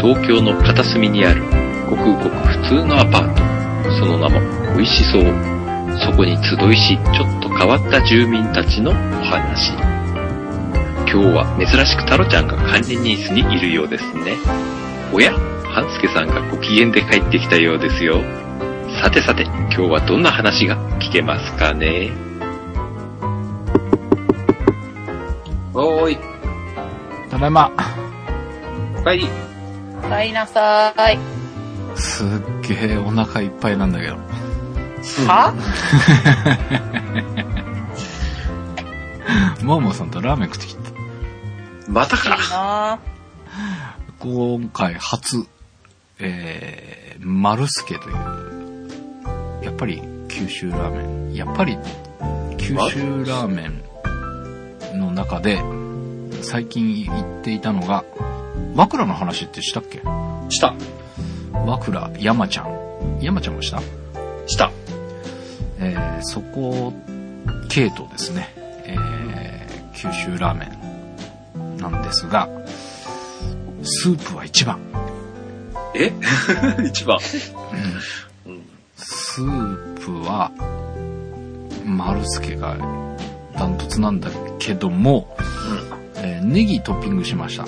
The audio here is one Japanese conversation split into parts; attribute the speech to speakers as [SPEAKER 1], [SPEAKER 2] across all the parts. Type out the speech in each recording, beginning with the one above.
[SPEAKER 1] 東京の片隅にあるごくごく普通のアパート。その名も美味しそう。そこに集いし、ちょっと変わった住民たちのお話。今日は珍しくタロちゃんが管理人室にいるようですね。おや半助さんがご機嫌で帰ってきたようですよ。さてさて、今日はどんな話が聞けますかね
[SPEAKER 2] おーい、
[SPEAKER 3] ただいま。
[SPEAKER 2] おかえり。
[SPEAKER 4] おかえりなさーい。
[SPEAKER 3] すっげえお腹いっぱいなんだけど。
[SPEAKER 4] は
[SPEAKER 3] ももさんとラーメン食ってきた。
[SPEAKER 2] また
[SPEAKER 4] いい
[SPEAKER 2] か。
[SPEAKER 4] な
[SPEAKER 3] 今回初、えー、丸助という、やっぱり九州ラーメン。やっぱり九州ラーメンの中で、最近行っていたのが、和倉の話ってしたっけ
[SPEAKER 2] した。
[SPEAKER 3] 和倉山ちゃん。山ちゃんもした
[SPEAKER 2] した。
[SPEAKER 3] えーそこ系統ですね、えー九州ラーメンなんですが、スープは一番。
[SPEAKER 2] え一番。うん
[SPEAKER 3] スープは、丸助がダントツなんだけども、えーネギトッピングしました。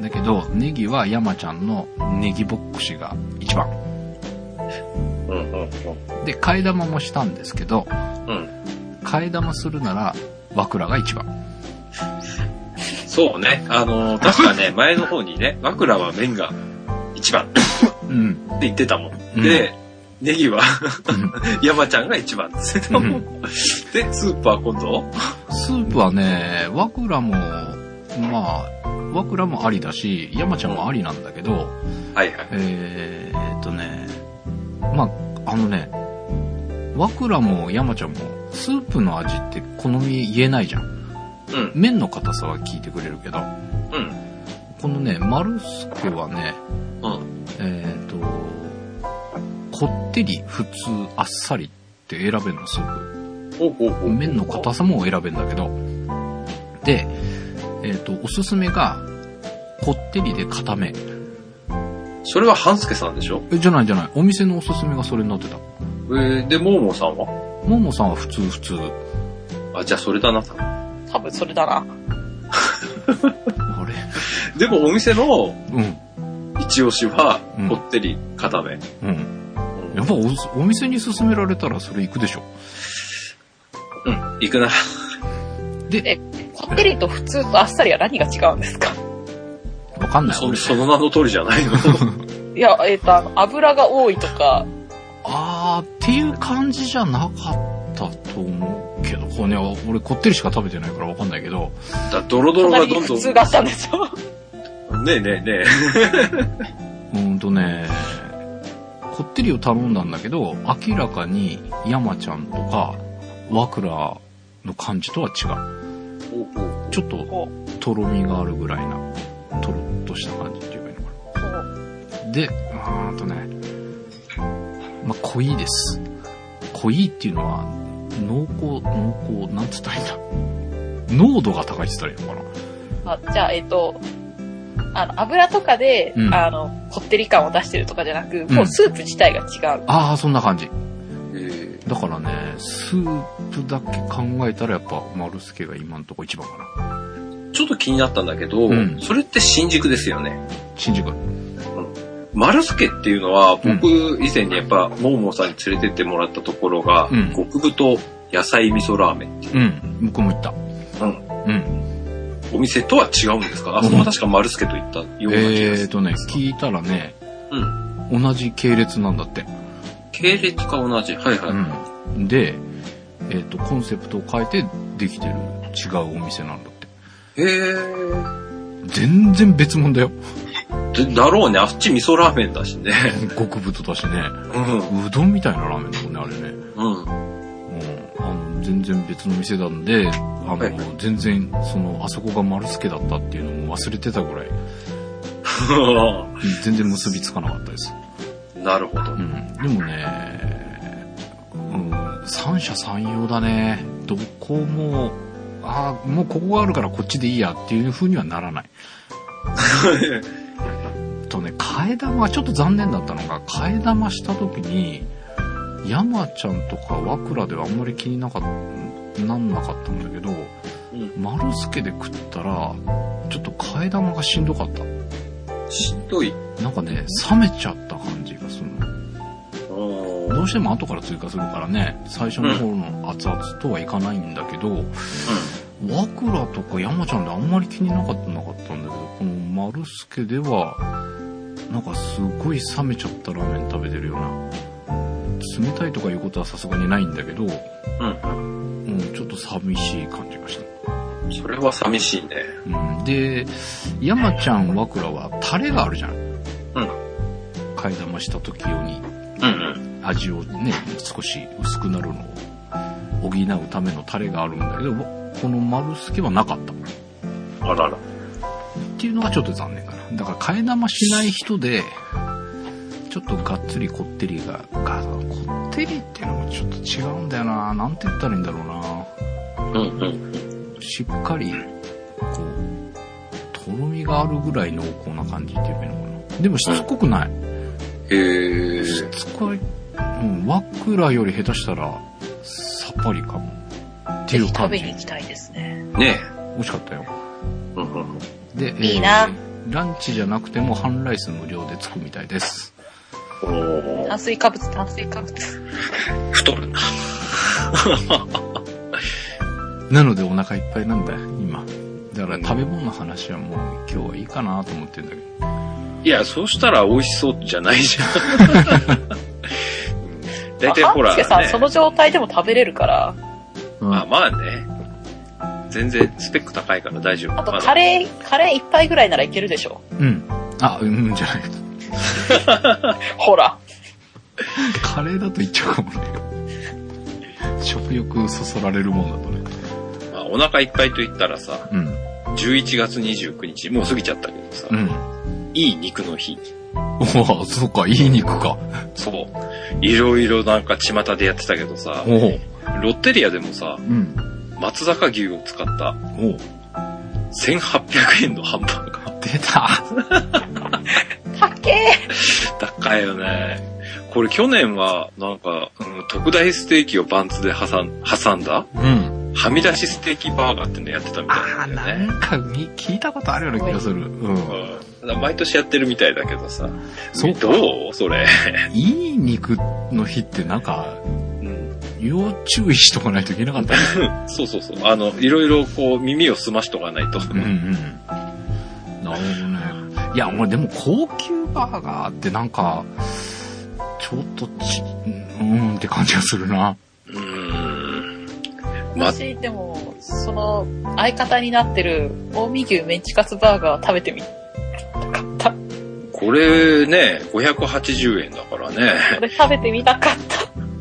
[SPEAKER 3] だけど、ネギは山ちゃんのネギボックスが一番。
[SPEAKER 2] うん。うん。うん。
[SPEAKER 3] で、替え玉もしたんですけど、
[SPEAKER 2] うん。
[SPEAKER 3] 替え玉するなら、和倉が一番。
[SPEAKER 2] そうね。あのー確か ね、前の方にね、枕は麺が一番って
[SPEAKER 3] うん。
[SPEAKER 2] 言ってたもん。
[SPEAKER 3] うん
[SPEAKER 2] で、ネギは
[SPEAKER 3] うん
[SPEAKER 2] 山ちゃんが一番って言ってたも。
[SPEAKER 3] うん
[SPEAKER 2] で、スープは今度
[SPEAKER 3] スープはね、和倉も、まあ、和倉もありだし、山ちゃんもありなんだけど、
[SPEAKER 2] はいはい。
[SPEAKER 3] えーっとね、まあ、あのね、和倉も山ちゃんも、スープの味って好み言えないじゃん。
[SPEAKER 2] うん。
[SPEAKER 3] 麺の硬さは聞いてくれるけど、
[SPEAKER 2] うん。
[SPEAKER 3] このね、丸助はね、
[SPEAKER 2] うん。
[SPEAKER 3] えーっと、こってり、普通、あっさりって選べるの、スープ。
[SPEAKER 2] おうおうおう
[SPEAKER 3] 麺の硬さも選べんだけど。で、えっ、と、おすすめが、こってりで固め。
[SPEAKER 2] それは半助さんでしょ
[SPEAKER 3] えじゃないじゃない。お店のおすすめがそれになってた。
[SPEAKER 2] えー、で、もーもーさんは
[SPEAKER 3] ももさんは普通普通。
[SPEAKER 2] あ、じゃあそれだな。
[SPEAKER 4] 多分それだな。
[SPEAKER 3] あれ
[SPEAKER 2] でもお店の
[SPEAKER 3] うん。
[SPEAKER 2] 一押しは
[SPEAKER 3] う、ん
[SPEAKER 2] こってり固め。
[SPEAKER 3] うん。
[SPEAKER 2] うん
[SPEAKER 3] やっぱお、お店に勧められたらそれ行くでしょ。
[SPEAKER 2] うん、行くな。
[SPEAKER 4] こってりと普通とあっさりは何が違うんですか
[SPEAKER 3] わかんない。
[SPEAKER 2] そ
[SPEAKER 3] 俺
[SPEAKER 2] その名の通りじゃないの。
[SPEAKER 4] いや、えっ、と、あの、油が多いとか、
[SPEAKER 3] あーっていう感じじゃなかったと思うけど、これね、俺こってりしか食べてないからわかんないけど、
[SPEAKER 2] だ ドロド
[SPEAKER 4] か
[SPEAKER 2] ロ
[SPEAKER 4] な
[SPEAKER 2] が
[SPEAKER 4] り
[SPEAKER 2] どんど
[SPEAKER 4] 普
[SPEAKER 2] ん。
[SPEAKER 4] 通だったんですよ。
[SPEAKER 2] ねえねえね
[SPEAKER 3] うーんとね、こってりを頼んだんだけど、明らかに山ちゃんとか、和倉の感じとは違う。
[SPEAKER 2] え。おうおう
[SPEAKER 3] ちょっと、とろみがあるぐらいな、とろっとした感じって言えばいいのかな。で、あーんとね、まあ、濃いです。濃いっていうのは、濃厚、濃厚、なんつったらいいんだ。濃度が高いって言ったらいいのかな。
[SPEAKER 4] あじゃあ、えっ、と、あの、油とかで、
[SPEAKER 3] うん
[SPEAKER 4] あの、こってり感を出してるとかじゃなく、
[SPEAKER 3] ん
[SPEAKER 4] もうスープ自体が違う。
[SPEAKER 3] あー、そんな感じ。
[SPEAKER 2] え
[SPEAKER 3] だからね、スープだけ考えたらやっぱ丸助が今んとこ一番かな。
[SPEAKER 2] ーちょっと気になったんだけど、
[SPEAKER 3] うん
[SPEAKER 2] それって新宿ですよね。
[SPEAKER 3] 新宿。
[SPEAKER 2] 丸助っていうのは、僕以前にやっぱ、もーもーさんに連れてってもらったところが、
[SPEAKER 3] うん
[SPEAKER 2] 極太野菜味噌ラーメンっていう
[SPEAKER 3] うん。向こうも行った。うん。うん。
[SPEAKER 2] お店とは違うんですかあそこは確か丸助と言ったような気が
[SPEAKER 3] え
[SPEAKER 2] す
[SPEAKER 3] ー
[SPEAKER 2] る。
[SPEAKER 3] とね、聞いたらね、
[SPEAKER 2] うん。
[SPEAKER 3] 同じ系列なんだって。
[SPEAKER 2] 系列か同じ。はいはい。
[SPEAKER 3] うん。で、えっ、と、コンセプトを変えてできてる違うお店なんだって。
[SPEAKER 2] へえ。
[SPEAKER 3] 全然別物だよ。
[SPEAKER 2] でだろうね。あっち味噌ラーメンだしね。
[SPEAKER 3] 極太だしね。
[SPEAKER 2] う
[SPEAKER 3] うどんみたいなラーメンだもんね、あれね。
[SPEAKER 2] ん。うん。
[SPEAKER 3] うん。あの、全然別の店なんで、あの、
[SPEAKER 2] はいは
[SPEAKER 3] 全然、その、あそこが丸助だったっていうのも忘れてたぐらい、全然結びつかなかったです。
[SPEAKER 2] なるほど。
[SPEAKER 3] うん、でもね、うん、三者三様だね。どこも、ああ、もうここがあるからこっちでいいやっていう風にはならない。とね、替え玉、ちょっと残念だったのが、替え玉した時に、山ちゃんとか和倉ではあんまり気になかった、なんなかったんだけど、
[SPEAKER 2] うん
[SPEAKER 3] 丸助で食ったら、ちょっと替え玉がしんどかった。
[SPEAKER 2] しんどい。
[SPEAKER 3] なんかね、冷めちゃった感じがするの。
[SPEAKER 2] あー
[SPEAKER 3] どうしても後から追加するからね、最初の方の熱々とはいかないんだけど、和倉とか山ちゃんであんまり気になかったなかったんだけど、この丸助では、なんかすごい冷めちゃったラーメン食べてるような。冷たいとかいうことはさすがにないんだけど、
[SPEAKER 2] うん。
[SPEAKER 3] うん、ちょっと寂しい感じがした。
[SPEAKER 2] うん。それは寂しいね。
[SPEAKER 3] うん、で、山ちゃん、和倉はタレがあるじゃん。うん。替え玉した時用に
[SPEAKER 2] うん
[SPEAKER 3] 味をね、少し薄くなるのを補うためのタレがあるんだけど、この丸助はなかった。っ
[SPEAKER 2] うん。あらら。
[SPEAKER 3] ていうのがちょっと残念かな。だから替え玉しない人で、ちょっとがっつりこってりが、がこってりっていうのもちょっと違うんだよな。なんて言ったらいいんだろうな。
[SPEAKER 2] うんうん。
[SPEAKER 3] しっかり、こう、とろみがあるぐらい濃厚な感じって言えばいいのかな。でもしつこくない。
[SPEAKER 2] へえ。
[SPEAKER 3] しつこい。うん、和倉より下手したら、さっぱりかも。ってい
[SPEAKER 4] ぜひ
[SPEAKER 3] う
[SPEAKER 4] 食
[SPEAKER 3] 感
[SPEAKER 4] べ
[SPEAKER 3] じ。
[SPEAKER 4] に
[SPEAKER 3] 美
[SPEAKER 4] 行きたいですね。
[SPEAKER 2] ね
[SPEAKER 3] 味しかったよ。
[SPEAKER 2] え。うんうんうん。
[SPEAKER 3] で、
[SPEAKER 4] いいな
[SPEAKER 3] ランチじゃなくても半ライス無料でつくみたいです。
[SPEAKER 2] おー
[SPEAKER 4] 炭水化物、炭水化物。
[SPEAKER 2] 太るな。
[SPEAKER 3] なのでお腹いっぱいなんだ、今。だから食べ物の話はもう今日はいいかなと思ってんだけど。
[SPEAKER 2] いや、そうしたら美味しそうじゃない じゃん。大体ほら、
[SPEAKER 4] 半助さん、
[SPEAKER 2] ね
[SPEAKER 4] その状態でも食べれるから。
[SPEAKER 2] まあまあね。全然スペック高いから大丈夫。
[SPEAKER 4] あと
[SPEAKER 2] ま、だ
[SPEAKER 4] カレー、カレー一杯ぐらいならいけるでしょ。
[SPEAKER 3] うん。あ、うん、じゃない。
[SPEAKER 4] ほら。
[SPEAKER 3] カレーだと言っちゃうかもね。食欲そそられるもんだとね。
[SPEAKER 2] まあお腹いっぱいと言ったらさ、
[SPEAKER 3] うん。
[SPEAKER 2] 11月29日、もう過ぎちゃったけどさ、
[SPEAKER 3] うん。
[SPEAKER 2] いい肉の日。
[SPEAKER 3] おお、そうか、いい肉か。
[SPEAKER 2] そう。いろいろなんか巷でやってたけどさ、
[SPEAKER 3] おお。
[SPEAKER 2] ロッテリアでもさ、
[SPEAKER 3] うん。
[SPEAKER 2] 松坂牛を使った
[SPEAKER 3] おお。
[SPEAKER 2] 1800円のハンバーガー。
[SPEAKER 3] 出た。
[SPEAKER 4] 高え
[SPEAKER 2] 高いよね。これ去年は、なんか、うん特大ステーキをバンツで挟ん挟んだ
[SPEAKER 3] うん。
[SPEAKER 2] はみ出しステーキバーガーってのやってたみたい
[SPEAKER 3] あ
[SPEAKER 2] な
[SPEAKER 3] あ、
[SPEAKER 2] んだ
[SPEAKER 3] な
[SPEAKER 2] よね。
[SPEAKER 3] んかみ聞いたことあるような気がする。う
[SPEAKER 2] う
[SPEAKER 3] ん。
[SPEAKER 2] ん、だから毎年やってるみたいだけどさ。
[SPEAKER 3] そう
[SPEAKER 2] どうそれ。
[SPEAKER 3] いい肉の日ってなんか、
[SPEAKER 2] うん。
[SPEAKER 3] 要注意しとかないといけなかったね。
[SPEAKER 2] そうそうそう。あの、いろいろこう耳を澄ましとかないと。
[SPEAKER 3] うんうん。なるほどね。いや、俺でも高級バーガーってなんか、ちょっとち、うんって感じがするな。
[SPEAKER 2] うーん。ま、
[SPEAKER 4] 私、でも、その、相方になってる、近江牛メンチカツバーガー食べ てみたかった。
[SPEAKER 2] これね、580円だからね。
[SPEAKER 4] これ食べてみたかっ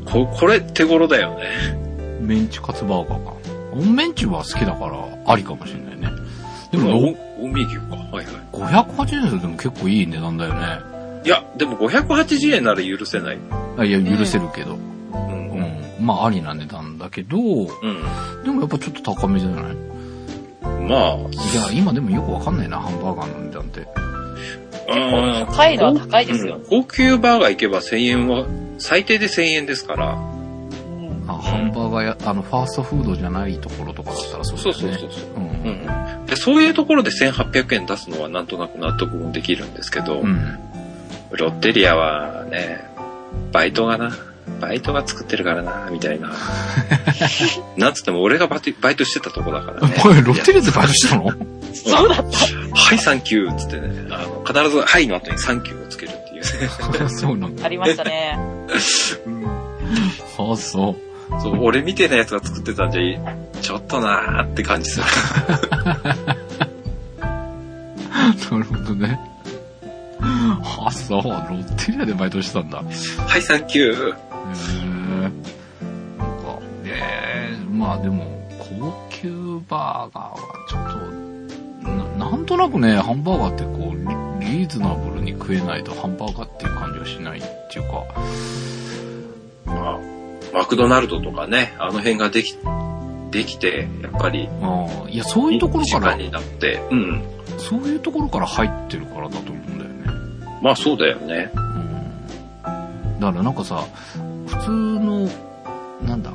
[SPEAKER 4] た。
[SPEAKER 2] ここれ手頃だよね。
[SPEAKER 3] メンチカツバーガーか。オンメンチは好きだから、ありかもしれないね。で
[SPEAKER 2] まあお
[SPEAKER 3] も、
[SPEAKER 2] 近江牛か。はいは
[SPEAKER 3] 580円ですよでも結構いい値段だよね。
[SPEAKER 2] い。いや、でも580円なら許せない。
[SPEAKER 3] あいや、許せるけど。
[SPEAKER 2] うん。
[SPEAKER 3] う
[SPEAKER 2] うん。
[SPEAKER 3] ん。まあ、ありな値段だけど、でもやっぱちょっと高めじゃない
[SPEAKER 2] まあ、
[SPEAKER 3] いや、今でもよくわかんないな、ハンバーガーの値段って。
[SPEAKER 2] うん。
[SPEAKER 4] 高いのは高いです
[SPEAKER 2] う
[SPEAKER 4] よ
[SPEAKER 2] ん。高級バーガー行けば1000円は、最低で1000円ですから。
[SPEAKER 4] うん
[SPEAKER 3] あ、ハンバーガーや、あの、ファーストフードじゃないところとかだったらそうだ
[SPEAKER 2] そう
[SPEAKER 3] よね。
[SPEAKER 2] そうそうそう。う
[SPEAKER 3] う。
[SPEAKER 2] んん。で、そういうところで1800円出すのはなんとなく納得もできるんですけど、
[SPEAKER 3] うん。
[SPEAKER 2] ロッテリアはね、バイトがな、バイトが作ってるからな、みた いな。なんつっても俺がバイトバイトしてたとこだからね。
[SPEAKER 3] これ、ロッテリアでバイトしたの
[SPEAKER 4] そうだった。
[SPEAKER 2] はい、サンキューっつってね、あの、必ずはいの後にサンキューをつけるっていうね。
[SPEAKER 3] そうなんだ。
[SPEAKER 4] ありましたね。
[SPEAKER 3] あ、 そう。
[SPEAKER 2] そう、俺みてえなやつが作ってたんじゃ、ちょっとなーって感じする。
[SPEAKER 3] なるほどね。 あ、そう。ロッテリアでバイトしてたんだ。
[SPEAKER 2] はい、サンキュー。
[SPEAKER 3] へーなんか、えー、まあでも、高級バーガーはちょっと、ななんとなくね、ハンバーガーってこうリ、リーズナブルに食えないとハンバーガーっていう感じはしないっていうか、
[SPEAKER 2] まあ、マクドナルドとかね、あの辺ができ、できて、やっぱり、
[SPEAKER 3] あーいや、そういうところか
[SPEAKER 2] 時間
[SPEAKER 3] ら、
[SPEAKER 2] になって、うん。
[SPEAKER 3] そういうところから入ってるからだと思うんだよね。
[SPEAKER 2] まあそうだよね。
[SPEAKER 3] うんだからなんかさ、普通の、なんだ、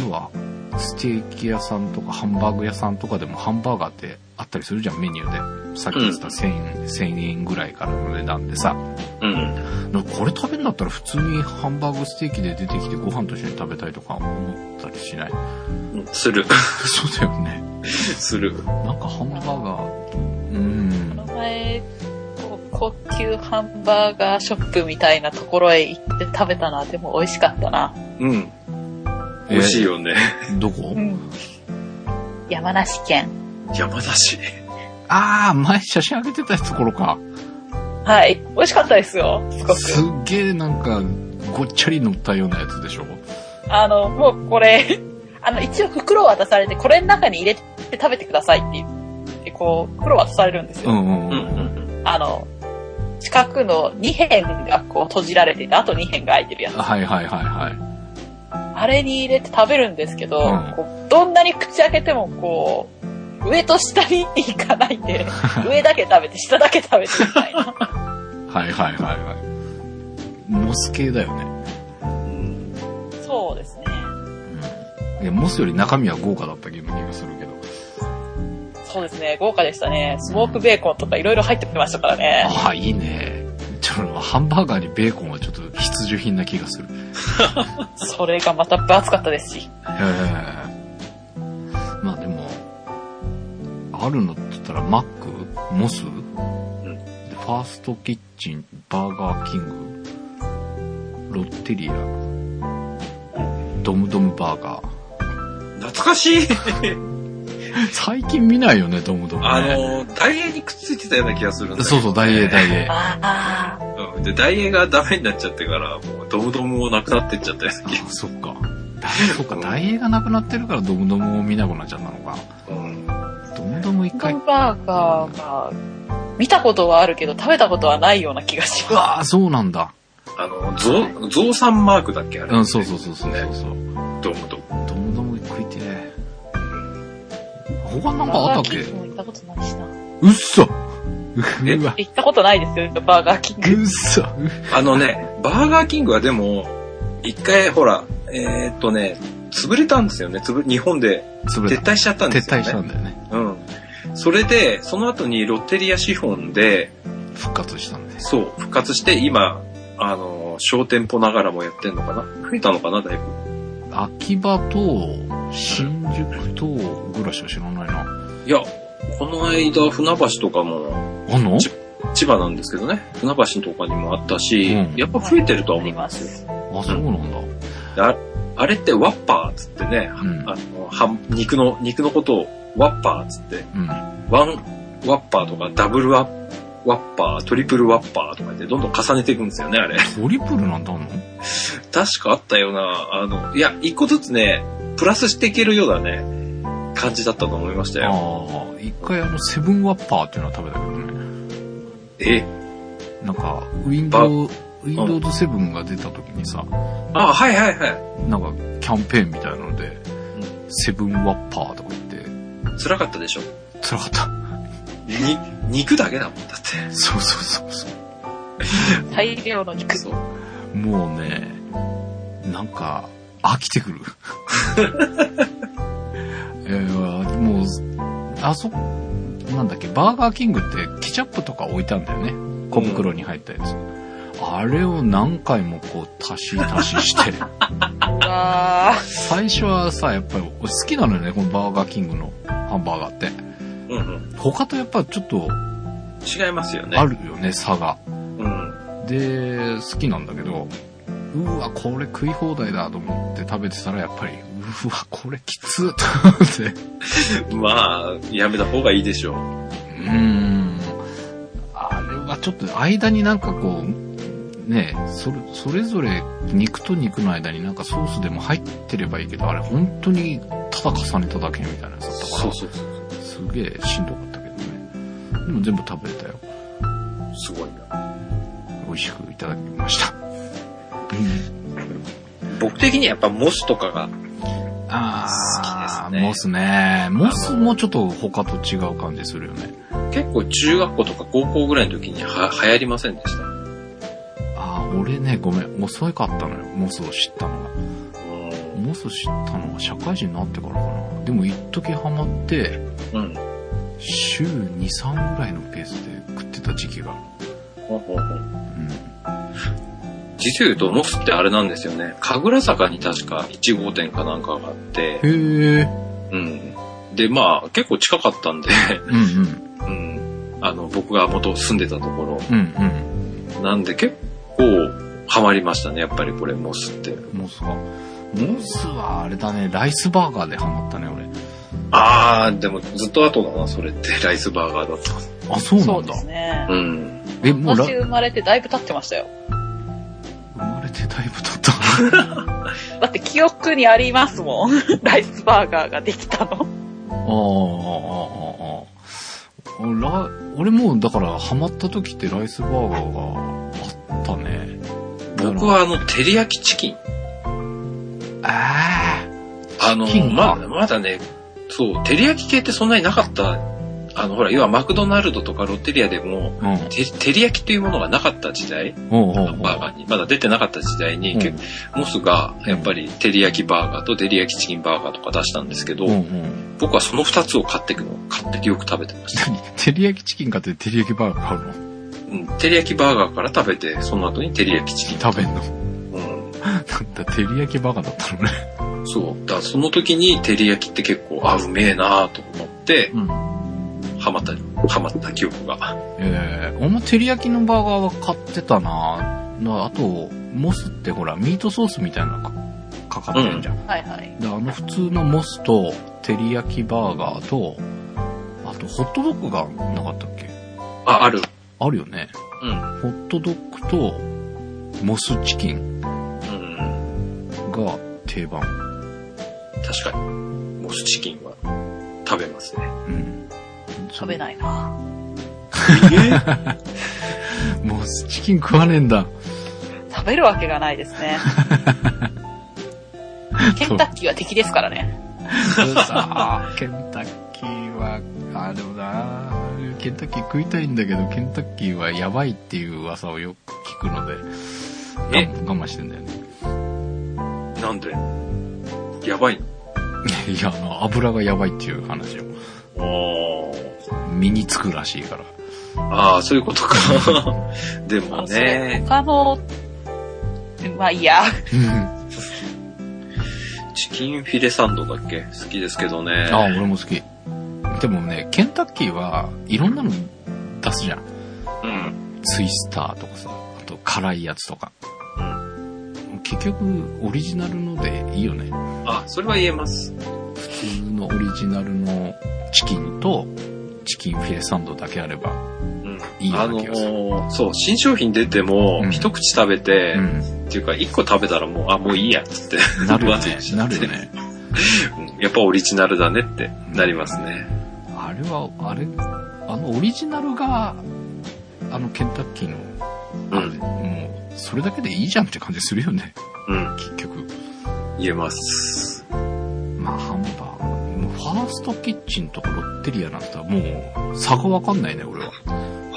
[SPEAKER 3] 要は、ステーキ屋さんとかハンバーグ屋さんとかでもハンバーガーってあったりするじゃん、メニューで。さっき言ってた1000円、1000円ぐらいからの値段でさ。
[SPEAKER 2] うん。
[SPEAKER 3] だからこれ食べるんだったら普通にハンバーグステーキで出てきてご飯と一緒に食べたいとか思ったり しない
[SPEAKER 2] する。
[SPEAKER 3] そうだよね。
[SPEAKER 2] する。
[SPEAKER 3] なんかハンバーガー、うん
[SPEAKER 4] こ。の前、こう高級ハンバーガーショップみたいなところへ行って食べたな。でも美味しかったな。
[SPEAKER 2] うん。美味しいよね。
[SPEAKER 3] どこ
[SPEAKER 4] うん。山梨県。
[SPEAKER 2] 山梨。
[SPEAKER 3] ああ、前写真あげてたところか。
[SPEAKER 4] はい。美味しかったですよ。すご
[SPEAKER 3] す
[SPEAKER 4] く。
[SPEAKER 3] っげえなんか、ごっちゃり乗ったようなやつでしょ。
[SPEAKER 4] あの、もうこれ、 あの、一応袋を渡されて、これの中に入れて食べてくださいって言って、こう、袋を渡されるんです
[SPEAKER 3] う
[SPEAKER 4] よ。
[SPEAKER 3] んう
[SPEAKER 2] う
[SPEAKER 3] んうん。
[SPEAKER 2] うんん
[SPEAKER 4] あの、四角の2辺がこう閉じられてて、あと2辺が開いてるやつ。
[SPEAKER 3] はいはいはいはい。
[SPEAKER 4] あれに入れて食べるんですけど、
[SPEAKER 3] うん
[SPEAKER 4] こうどんなに口開けてもこう、上と下に行かないん で、上だけ食べて、下だけ食べてみたいな。
[SPEAKER 3] はいはいはいはい。モス系だよね。
[SPEAKER 2] うん。
[SPEAKER 4] そうですね。
[SPEAKER 3] いや、モスより中身は豪華だった気がするけど。
[SPEAKER 4] そうですね。豪華でしたね。スモークベーコンとかいろいろ入ってきましたからね。
[SPEAKER 3] ああ、いいね。ちょっと、ハンバーガーにベーコンはちょっと必需品な気がする。
[SPEAKER 4] それがまた分厚かったですし。
[SPEAKER 3] へえ。まあでも、あるのって言ったら、マックモス、でファーストキッチン、バーガーキング、ロッテリア、ドムドムバー ガー。
[SPEAKER 2] 懐かしい。
[SPEAKER 3] 最近見ないよね、ドムドム、ね。
[SPEAKER 2] あの、ダイエーにくっついてたような気がするんだけど
[SPEAKER 3] そうそう、大英、大 英。
[SPEAKER 4] ああ、
[SPEAKER 2] うんで、ダイエーがダメになっちゃってから、もうドムドムもなくなってっちゃったような気が
[SPEAKER 3] あそっか。だそっか、大英がなくなってるからドムドムを見なくなっちゃったのか。
[SPEAKER 2] うん。
[SPEAKER 3] ドムドム一
[SPEAKER 4] ハ
[SPEAKER 3] 回。
[SPEAKER 4] ンバーガーが、見たことはあるけど食べたことはないような気がし
[SPEAKER 3] う
[SPEAKER 4] ま
[SPEAKER 3] わぁ、そうなんだ。
[SPEAKER 2] あの、ゾウ、ゾウさんマークだっけあれ。
[SPEAKER 3] うん、そうそうそうそうそうそう。
[SPEAKER 2] ドムドム。
[SPEAKER 3] どんどん食いてえ。他なんかあっ
[SPEAKER 4] す。バーガー
[SPEAKER 3] たっ
[SPEAKER 4] キ
[SPEAKER 3] け
[SPEAKER 4] ングも行ったことないしな。
[SPEAKER 3] うっそ
[SPEAKER 2] え
[SPEAKER 3] うわ、
[SPEAKER 4] 行ったことないですよ、バーガーキング。
[SPEAKER 3] うっそ
[SPEAKER 2] あのね、バーガーキングはでも、一回ほら、えーっとね、潰れたんですよね。潰れ日本で
[SPEAKER 3] 潰れ
[SPEAKER 2] 撤
[SPEAKER 3] た。
[SPEAKER 2] 退しちゃったんで
[SPEAKER 3] 撤
[SPEAKER 2] すよ
[SPEAKER 3] 退
[SPEAKER 2] ね。
[SPEAKER 3] したんだよね。
[SPEAKER 2] うん。それで、その後にロッテリア資本で、
[SPEAKER 3] 復活したんだよ。
[SPEAKER 2] そう、復活して、今、あの、小店舗ながらもやってんのかな増えたのかなだいぶ。
[SPEAKER 3] 秋葉と、新宿と、ぐらいしか知らないな。
[SPEAKER 2] いや、この間、船橋とかも、
[SPEAKER 3] あんの
[SPEAKER 2] ち千葉なんですけどね、船橋とかにもあったし、
[SPEAKER 3] うん
[SPEAKER 2] やっぱ増えてるとは
[SPEAKER 4] あ
[SPEAKER 2] 思
[SPEAKER 4] り
[SPEAKER 2] いま
[SPEAKER 4] ます
[SPEAKER 2] よ。
[SPEAKER 4] す。
[SPEAKER 3] あ、そうなんだ。
[SPEAKER 2] ああれってワッパーっつってね、
[SPEAKER 3] うん。
[SPEAKER 2] あの、はん肉の、肉のことをワッパーっつって、
[SPEAKER 3] うん。
[SPEAKER 2] ワンワッパーとかダブルワッワッパー、トリプルワッパーとかってどんどん重ねていくんですよね、あれ。
[SPEAKER 3] トリプルなんだの
[SPEAKER 2] 確かあったような、あの、いや、一個ずつね、プラスしていけるようなね、感じだったと思いましたよ。
[SPEAKER 3] ああ、一回あの、セブンワッパーっていうのは食べたけどね。
[SPEAKER 2] え
[SPEAKER 3] なんか、ウィンドウ、Windows 7が出た時にさ、
[SPEAKER 2] あ、はいはいはい。
[SPEAKER 3] なんか、キャンペーンみたいなので、セブンワッパーとか言って、
[SPEAKER 2] 辛かったでしょ
[SPEAKER 3] 辛かった。
[SPEAKER 2] に、肉だけだもん、だって。
[SPEAKER 3] そうそうそうそう。
[SPEAKER 4] 大量の肉。
[SPEAKER 2] そう。
[SPEAKER 3] もうね、なんか、飽きてくる。 えー、もう、あそ、なんだっけ、バーガーキングってケチャップとか置いたんだよね。小袋に入ったやつ。あれを何回もこう、足し足しして。
[SPEAKER 4] ああ、
[SPEAKER 3] 最初はさ、やっぱり俺好きなのよね、このバーガーキングのハンバーガーって。
[SPEAKER 2] うんうん。
[SPEAKER 3] 他とやっぱちょっと
[SPEAKER 2] 違いますよね。
[SPEAKER 3] あるよね、差が。
[SPEAKER 2] うん。
[SPEAKER 3] で好きなんだけどうわこれ食い放題だと思って食べてたらやっぱりうわこれきつっと思って
[SPEAKER 2] まあ、やめた方がいいでしょう。
[SPEAKER 3] うーんあれはちょっと間になんかこうねそれそれぞれ肉と肉の間になんかソースでも入ってればいいけどあれ本当にただ重ねただけみたいなやつだったから
[SPEAKER 2] そうそう。
[SPEAKER 3] すげえしんどかったけどねでも全部食べれたよ
[SPEAKER 2] すごいな。
[SPEAKER 3] 美味しくいただきました、
[SPEAKER 2] 僕的にはやっぱモスとかが、
[SPEAKER 3] ああ、
[SPEAKER 2] 好きですね
[SPEAKER 3] モスね。モスもちょっと他と違う感じするよね。
[SPEAKER 2] 結構中学校とか高校ぐらいの時には流行りませんでした。
[SPEAKER 3] 俺ね、ごめん、遅かったのよ、モスを知ったのが。
[SPEAKER 2] う
[SPEAKER 3] モス知ったのが社会人になってからかな。でも、一時ハマって、
[SPEAKER 2] ん。うん。
[SPEAKER 3] 週2、3ぐらいのペースで食ってた時期があ
[SPEAKER 2] ほうほうほう
[SPEAKER 3] る。うん。
[SPEAKER 2] 実を言うと、モスってあれなんですよね。神楽坂に確か1号店かなんかがあって、
[SPEAKER 3] へえ。
[SPEAKER 2] うん。で、まあ、結構近かったんで、
[SPEAKER 3] うんうん。
[SPEAKER 2] うん。あの、僕が元住んでたとこ
[SPEAKER 3] うん
[SPEAKER 2] ろ。なんで結構、ハマりましたね、やっぱりこれ、モスって。
[SPEAKER 3] うん。モスは。モスはあれだね、ライスバーガーでハマったね、俺。
[SPEAKER 2] あー、でもずっと後だな、それって。 ライスバーガーだった。
[SPEAKER 3] あ、そうな
[SPEAKER 4] そうんで
[SPEAKER 3] だ。
[SPEAKER 4] すね。
[SPEAKER 2] うん。
[SPEAKER 3] え、もうラ、
[SPEAKER 4] 私
[SPEAKER 3] 生
[SPEAKER 4] 生まれてだいぶ経ってましたよ。
[SPEAKER 3] まれてだいぶ経った。
[SPEAKER 4] だって記憶にありますもん。 ライスバーガーができたの。
[SPEAKER 3] ああ、ああ、ああ、ああ。ラ俺もうだからハマった時ってライスバーガーがあったね。
[SPEAKER 2] 僕はあの、照り焼きチキン。
[SPEAKER 3] あ
[SPEAKER 2] あの
[SPEAKER 3] チキ、ン
[SPEAKER 2] ま
[SPEAKER 3] か、
[SPEAKER 2] まだね、そう、照り焼き系ってそんなになかった。あの、ほら、要はマクドナルドとかロッテリアでも、
[SPEAKER 3] あ、うん。
[SPEAKER 2] て照り焼きというものがなかった時代、
[SPEAKER 3] おうおうお
[SPEAKER 2] バーガーに、まだ出てなかった時代に、
[SPEAKER 3] う
[SPEAKER 2] 結構モスが、やっぱり、照り焼きバーガーと照り焼きチキンバーガーとか出したんですけど、
[SPEAKER 3] うんうん。
[SPEAKER 2] 僕はその二つを買ってくの、買ってよく食べてました。
[SPEAKER 3] 何照り焼きチキン買って照り焼きバーガー買うの
[SPEAKER 2] うん、照り焼きバーガーから食べて、その後に照り焼きチキン。
[SPEAKER 3] 食べんの
[SPEAKER 2] う
[SPEAKER 3] なんだ、照り焼きバーガーだったのね。
[SPEAKER 2] ん。そう。だからその時に照り焼きって結構、あ、うめえなぁと思って、
[SPEAKER 3] うん。
[SPEAKER 2] ハマった、ハマった記憶が。
[SPEAKER 3] ええ俺も照り焼きのバーガーは買ってたななあと、モスってほら、ミートソースみたいなのかかかってんじゃん。
[SPEAKER 4] はいはい。
[SPEAKER 3] で、あの普通のモスと、照り焼きバーガーと、あとホットドッグがなかったっけ
[SPEAKER 2] あ、ある。
[SPEAKER 3] あるよね。
[SPEAKER 2] うん。
[SPEAKER 3] ホットドッグと、モスチキ
[SPEAKER 2] う
[SPEAKER 3] ン
[SPEAKER 2] ん。
[SPEAKER 3] が定番。
[SPEAKER 2] 確かに。モスチキンは食べますね。
[SPEAKER 3] うん。
[SPEAKER 4] 食べないな。
[SPEAKER 3] モスチキン食わねえんだ。
[SPEAKER 4] 食べるわけがないですね。ケンタッキーは敵ですからね。
[SPEAKER 3] さあ、ケンタッキーは、あ、でもな、ケンタッキー食いたいんだけど、ケンタッキーはやばいっていう噂をよく聞くので、
[SPEAKER 2] え
[SPEAKER 3] 我慢我慢してんだよね。
[SPEAKER 2] なんでやばい
[SPEAKER 3] いや、あの、油がやばいっていう話を
[SPEAKER 2] の
[SPEAKER 3] 身につくらしいから。
[SPEAKER 2] ああ、そういうことか。 でも
[SPEAKER 4] それ
[SPEAKER 2] ね、
[SPEAKER 4] 他の、まあいいや。
[SPEAKER 3] あ、
[SPEAKER 2] チキンフィレサンドだっけ好きですけどね。
[SPEAKER 3] 俺も好き。でもね、ケンタッキーはいろんなの出すじゃん。
[SPEAKER 2] うん。
[SPEAKER 3] ツイスターとかさ、あと辛いやつとか。結局、オリジナルのでいいよね。
[SPEAKER 2] あ、それは言えます。
[SPEAKER 3] 普通のオリジナルのチキンと、チキンフィレサンドだけあれば。
[SPEAKER 2] うん。
[SPEAKER 3] いいよ
[SPEAKER 2] あ
[SPEAKER 3] う
[SPEAKER 2] の
[SPEAKER 3] な気がする
[SPEAKER 2] ーそう、新商品出ても、
[SPEAKER 3] うん
[SPEAKER 2] 一口食べて、
[SPEAKER 3] うん。
[SPEAKER 2] っていうか、一個食べたらもう、あ、もういいや、つって。
[SPEAKER 3] な るよ
[SPEAKER 2] 終わ
[SPEAKER 3] ね
[SPEAKER 2] っ。ちゃ
[SPEAKER 3] な
[SPEAKER 2] っ
[SPEAKER 3] る
[SPEAKER 2] て
[SPEAKER 3] よね。
[SPEAKER 2] うんやっぱオリジナルだねってなりますね。
[SPEAKER 3] あれは、あれ、あのオリジナルが、あのケンタッキーの、
[SPEAKER 2] う
[SPEAKER 3] あれ
[SPEAKER 2] ん。
[SPEAKER 3] もう、それだけでいいじゃんって感じするよね。
[SPEAKER 2] うん。
[SPEAKER 3] 結局。
[SPEAKER 2] 言えます。
[SPEAKER 3] まあ、ハンバーガー。もうファーストキッチンとかロッテリアなんてもう、差がわかんないね、俺は。
[SPEAKER 2] フ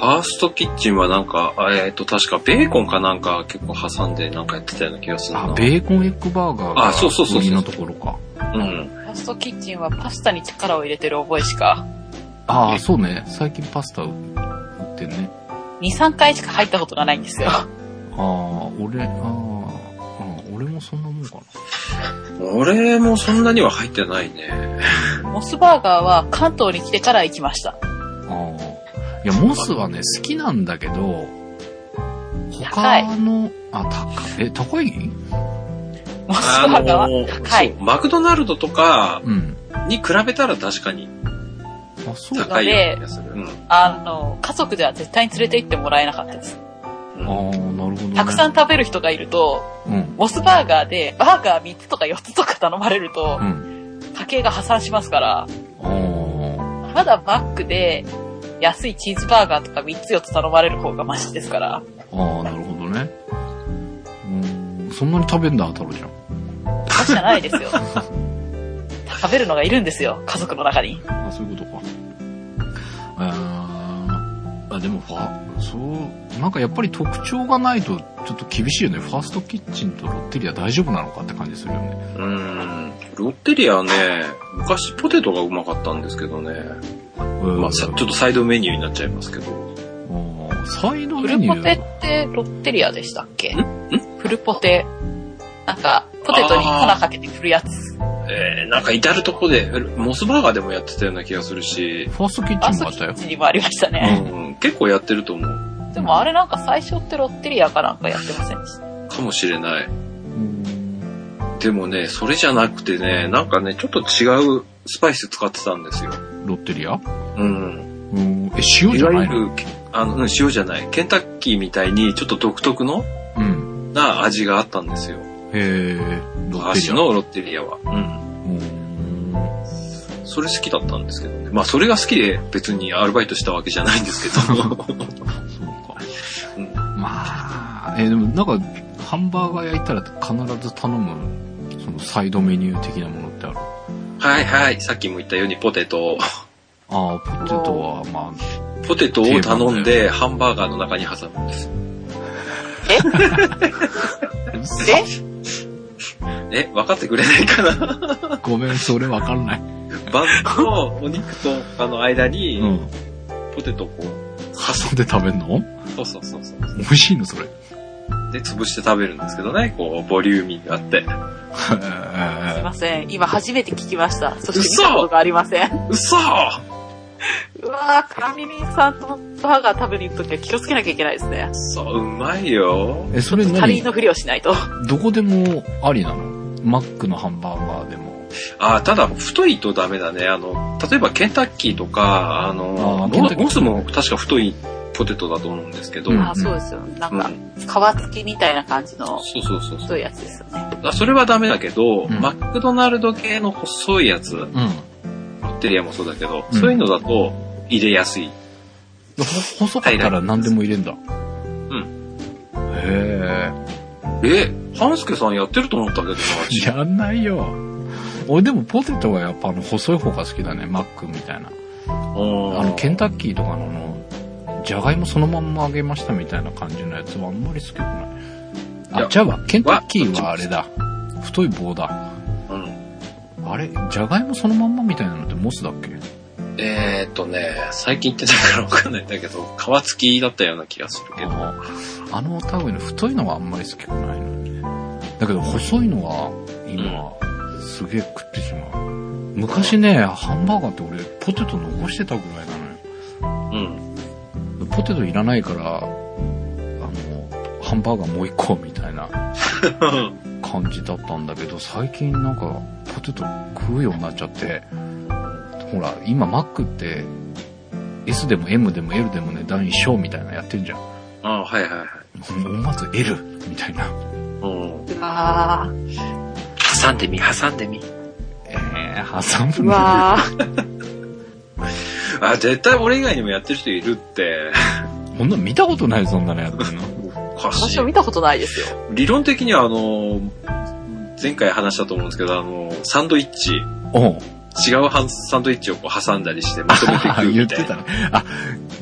[SPEAKER 2] ァーストキッチンはなんか、あえっ、と、確かベーコンかなんか結構挟んでなんかやってたような気がするな。
[SPEAKER 3] あ、ベーコンエッグバーガーが、
[SPEAKER 2] あそうそうそうそう
[SPEAKER 3] 売りのところか。
[SPEAKER 2] うん。
[SPEAKER 4] ファーストキッチンはパスタに力を入れてる覚えしか、
[SPEAKER 3] ああ、そうね。最近パスタ売ってんね。
[SPEAKER 4] 2、3回しか入ったことがないんですよ。
[SPEAKER 3] ああ、俺、ああ、うん俺もそんなもんか
[SPEAKER 2] 俺もそんなには入ってないね。
[SPEAKER 4] モスバーガーは関東に来てから行きました。
[SPEAKER 3] な。ああ。いや、モスはね、好きなんだけど、
[SPEAKER 4] 高い
[SPEAKER 3] 他の、あ、高い。え、高い
[SPEAKER 4] モスバーガーは
[SPEAKER 2] ー
[SPEAKER 4] 高い
[SPEAKER 2] そうマクドナルドとか
[SPEAKER 3] うん。
[SPEAKER 2] に比べたら確かに
[SPEAKER 3] あ、そう。あ
[SPEAKER 2] 高いような気がする。うん。
[SPEAKER 4] あの、家族では絶対に連れて行ってもらえなかったです。
[SPEAKER 3] あ、なるほど、ね。
[SPEAKER 4] たくさん食べる人がいると、
[SPEAKER 3] うん。
[SPEAKER 4] モスバーガーでバーガー3つとか4つとか頼まれると
[SPEAKER 3] う、ん。
[SPEAKER 4] 家計が破産しますから、
[SPEAKER 3] あ
[SPEAKER 4] まだマックで安いチーズバーガーとか3つ4つ頼まれる方がマシですから。
[SPEAKER 3] あ、ああ、なるほどね。うん。そんなに食べんだ、太郎ちゃん。
[SPEAKER 4] マシじゃないですよ。食べるのがいるんですよ、家族の中に。
[SPEAKER 3] あ、そういうことか。あーあ、でもファ、そう、なんかやっぱり特徴がないとちょっと厳しいよね。ファーストキッチンとロッテリア大丈夫なのかって感じするよね。
[SPEAKER 2] うーん。ロッテリアね、昔ポテトがうまかったんですけどね。まあ、さちょっとサイドメニューになっちゃいますけど。
[SPEAKER 3] うんあーサイド
[SPEAKER 4] フ
[SPEAKER 3] メ
[SPEAKER 4] ル
[SPEAKER 3] ニュ
[SPEAKER 4] ポ
[SPEAKER 3] ー
[SPEAKER 4] テ
[SPEAKER 3] だ
[SPEAKER 4] ってロッテリアでしたっけフルポテ。なんか、ポテトに粉かけて振るやつ。
[SPEAKER 2] えー、なんか至るとこで、モスバーガーでもやってたような気がするし、
[SPEAKER 3] ファーストキッ
[SPEAKER 4] あ、
[SPEAKER 3] チン
[SPEAKER 4] そ
[SPEAKER 3] もあ
[SPEAKER 4] う、
[SPEAKER 3] っ
[SPEAKER 4] キ
[SPEAKER 3] たよ
[SPEAKER 4] ッ。チンにもありました
[SPEAKER 2] う
[SPEAKER 4] ね。
[SPEAKER 2] ん、結構やってると思う。
[SPEAKER 4] でもあれなんか最初ってロッテリアかなんかやってませんでした。
[SPEAKER 2] かもしれない。
[SPEAKER 3] うん
[SPEAKER 2] でもね、それじゃなくてね、なんかね、ちょっと違うスパイス使ってたんですよ。
[SPEAKER 3] ロッテリア
[SPEAKER 2] うん。
[SPEAKER 3] うん。え、塩
[SPEAKER 2] い
[SPEAKER 3] じゃ
[SPEAKER 2] わ
[SPEAKER 3] ない
[SPEAKER 2] ゆ
[SPEAKER 3] の
[SPEAKER 2] る、あの、うん塩じゃない。ケンタッキーみたいに、ちょっと独特の
[SPEAKER 3] うん。
[SPEAKER 2] な味があったんですよ。
[SPEAKER 3] へーロッテリ
[SPEAKER 2] 昔
[SPEAKER 3] ア。
[SPEAKER 2] のロッテリアは。うん。
[SPEAKER 3] うん
[SPEAKER 2] それ好きだったんですけどね。まあ、それが好きで別にアルバイトしたわけじゃないんですけど。
[SPEAKER 3] そうか。
[SPEAKER 2] うん
[SPEAKER 3] まあ、えーでもなんか、ハンバーガー焼いたら必ず頼む、そのサイドメニュー的なものってある。
[SPEAKER 2] はいはい。さっきも言ったようにポテ ト。
[SPEAKER 3] ああ、ポテトは、まあ、
[SPEAKER 2] ポテトを頼んで、ハンバーガーの中に挟むんです。え、分かってくれないか な
[SPEAKER 3] ごめん、それわかん ない。
[SPEAKER 2] バンズとお肉とあの間に、
[SPEAKER 3] うん。
[SPEAKER 2] ポテトをこう、
[SPEAKER 3] 挟んで食べんの
[SPEAKER 2] そうそうそうそう。
[SPEAKER 3] 美味しいの、 それ。
[SPEAKER 2] で、潰して食べるんですけどね、こう、ボリューミーがあって。
[SPEAKER 4] すいません。今初めて聞きました。そして見た
[SPEAKER 2] 嘘
[SPEAKER 4] ことがありません。
[SPEAKER 2] うそー
[SPEAKER 4] うわぁ、管理人さんとバーガー食べに行くときは気をつけなきゃいけないですね。
[SPEAKER 2] そう、うまいよ。
[SPEAKER 3] え、それ
[SPEAKER 4] 他人
[SPEAKER 3] 何
[SPEAKER 4] のふりをしないと。
[SPEAKER 3] どこでもありなのマックのハンバーガーでも。
[SPEAKER 2] あー、ただ、太いとダメだね。あの、例えばケンタッキーとか、あの、
[SPEAKER 3] あーケン
[SPEAKER 2] モ
[SPEAKER 3] タッキー
[SPEAKER 2] モスも確か太いポテトだと思うんですけど、
[SPEAKER 3] うん
[SPEAKER 4] あ、そうですよ。なんか、皮付きみたいな感じの
[SPEAKER 2] そうそうそうそう
[SPEAKER 4] 太いやつですよね。
[SPEAKER 2] あ。それはダメだけど、
[SPEAKER 3] ん
[SPEAKER 2] マックドナルド系の細いやつ、ロ
[SPEAKER 3] うん。
[SPEAKER 2] ッテリアもそうだけど、
[SPEAKER 3] うん
[SPEAKER 2] そういうのだと入れやすい。
[SPEAKER 3] ほ細かったら何でも入れんだ。うん。へえ。
[SPEAKER 2] え、ハンスケさんやってると思ったけどな、
[SPEAKER 3] やんないよ。俺でもポテトはやっぱあの細い方が好きだね、マックみたいな。
[SPEAKER 2] あ
[SPEAKER 3] あのケン
[SPEAKER 2] タ
[SPEAKER 3] タッキーとかのあの、じゃがいもそのまんま揚げましたみたいな感じのやつはあんまり好きじゃ
[SPEAKER 2] い
[SPEAKER 3] ない。あ、
[SPEAKER 2] や
[SPEAKER 3] じゃあケンタッキーはあれだ。太い棒だ。
[SPEAKER 2] うん。
[SPEAKER 3] あれじゃがいもそのまんまみたいなのってモスだっけ
[SPEAKER 2] えー、っとね、最近行ってないからわかんないんだけど、皮付きだったような気がするけど。
[SPEAKER 3] あの、あの類の太いのがあんまり好きくないのよね。だけど細いのが今、すげえ食ってしまう。昔ね、ハンバーガーって俺ポテト残してたぐらいなのよ。
[SPEAKER 2] うん。
[SPEAKER 3] ポテトいらないから、あの、ハンバーガーもう一個みたいな 感じだったんだけど、最近なんかポテト食うようになっちゃって、ほら、今マックって、S でも M でも L でもね、段一章みたいなのやってんじゃん。
[SPEAKER 2] ああ、はいはいはい。
[SPEAKER 3] 思わず L みたいな。
[SPEAKER 2] うん。
[SPEAKER 4] うわぁ、
[SPEAKER 2] 挟んでみ、挟んでみ。
[SPEAKER 3] えー、挟
[SPEAKER 4] う
[SPEAKER 3] むの
[SPEAKER 4] わぁ。
[SPEAKER 2] あ、絶対俺以外にもやってる人いるって。
[SPEAKER 3] こんなの見たことない、そんなのやってんの。
[SPEAKER 2] おかし
[SPEAKER 4] 私
[SPEAKER 2] い
[SPEAKER 4] も。見たことないですよ。
[SPEAKER 2] 理論的にはあの、前回話したと思うんですけど、あの、サンドイッチ、
[SPEAKER 3] おう
[SPEAKER 2] 違うハンサンドイッチをこう挟んだりしてまとめて
[SPEAKER 3] あ
[SPEAKER 2] 食う
[SPEAKER 3] 言
[SPEAKER 2] み
[SPEAKER 3] ったて
[SPEAKER 2] い
[SPEAKER 3] た
[SPEAKER 2] な。
[SPEAKER 3] ね。あ、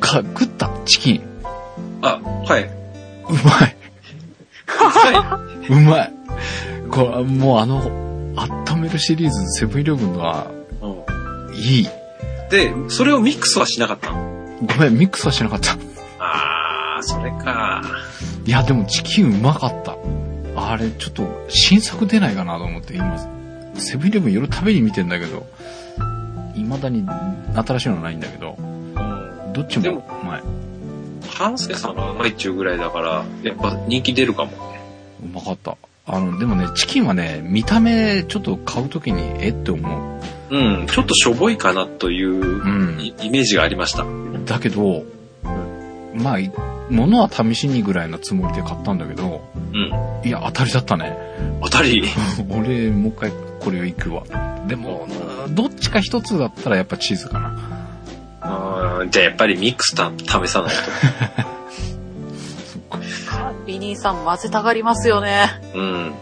[SPEAKER 3] か、食った、チキン。
[SPEAKER 2] あ、はい。
[SPEAKER 3] うまい。
[SPEAKER 2] は
[SPEAKER 3] うまい。これ、もうあの、温めるシリーズ、セブンイレブンのは、
[SPEAKER 2] いうん
[SPEAKER 3] いい。
[SPEAKER 2] で、それをミックスはしなかったの。
[SPEAKER 3] ごめん、ミックスはしなかった。
[SPEAKER 2] あー、それか。
[SPEAKER 3] いや、でもチキンうまかった。あれ、ちょっと、新作出ないかなと思って、今、セブンイレブン夜食べに見てんだけど、未だに新しいのないんだけど、
[SPEAKER 2] うん
[SPEAKER 3] どっち
[SPEAKER 2] で
[SPEAKER 3] も
[SPEAKER 2] も
[SPEAKER 3] うまい。
[SPEAKER 2] 半助さんがうまいっちゅうぐらいだから、やっぱ人気出るかもね。
[SPEAKER 3] うまかった。あの、でもね、チキンはね、見た目、ちょっと買うときに、えって思う。
[SPEAKER 2] うん、ちょっとしょぼいかなという
[SPEAKER 3] う
[SPEAKER 2] い
[SPEAKER 3] ん。
[SPEAKER 2] イメージがありました。
[SPEAKER 3] だけど、まあ、い物は試しにぐらいのつもりで買ったんだけど、
[SPEAKER 2] うん。
[SPEAKER 3] いや、当たりだったね。
[SPEAKER 2] 当たり。
[SPEAKER 3] 俺、もう一回これを行くわ。でも、うんどっちか一つだったらやっぱチーズかな。
[SPEAKER 2] あーじゃあやっぱりミックスた試さない
[SPEAKER 4] 管理人さん混ぜたがりますよね。
[SPEAKER 2] と。うん。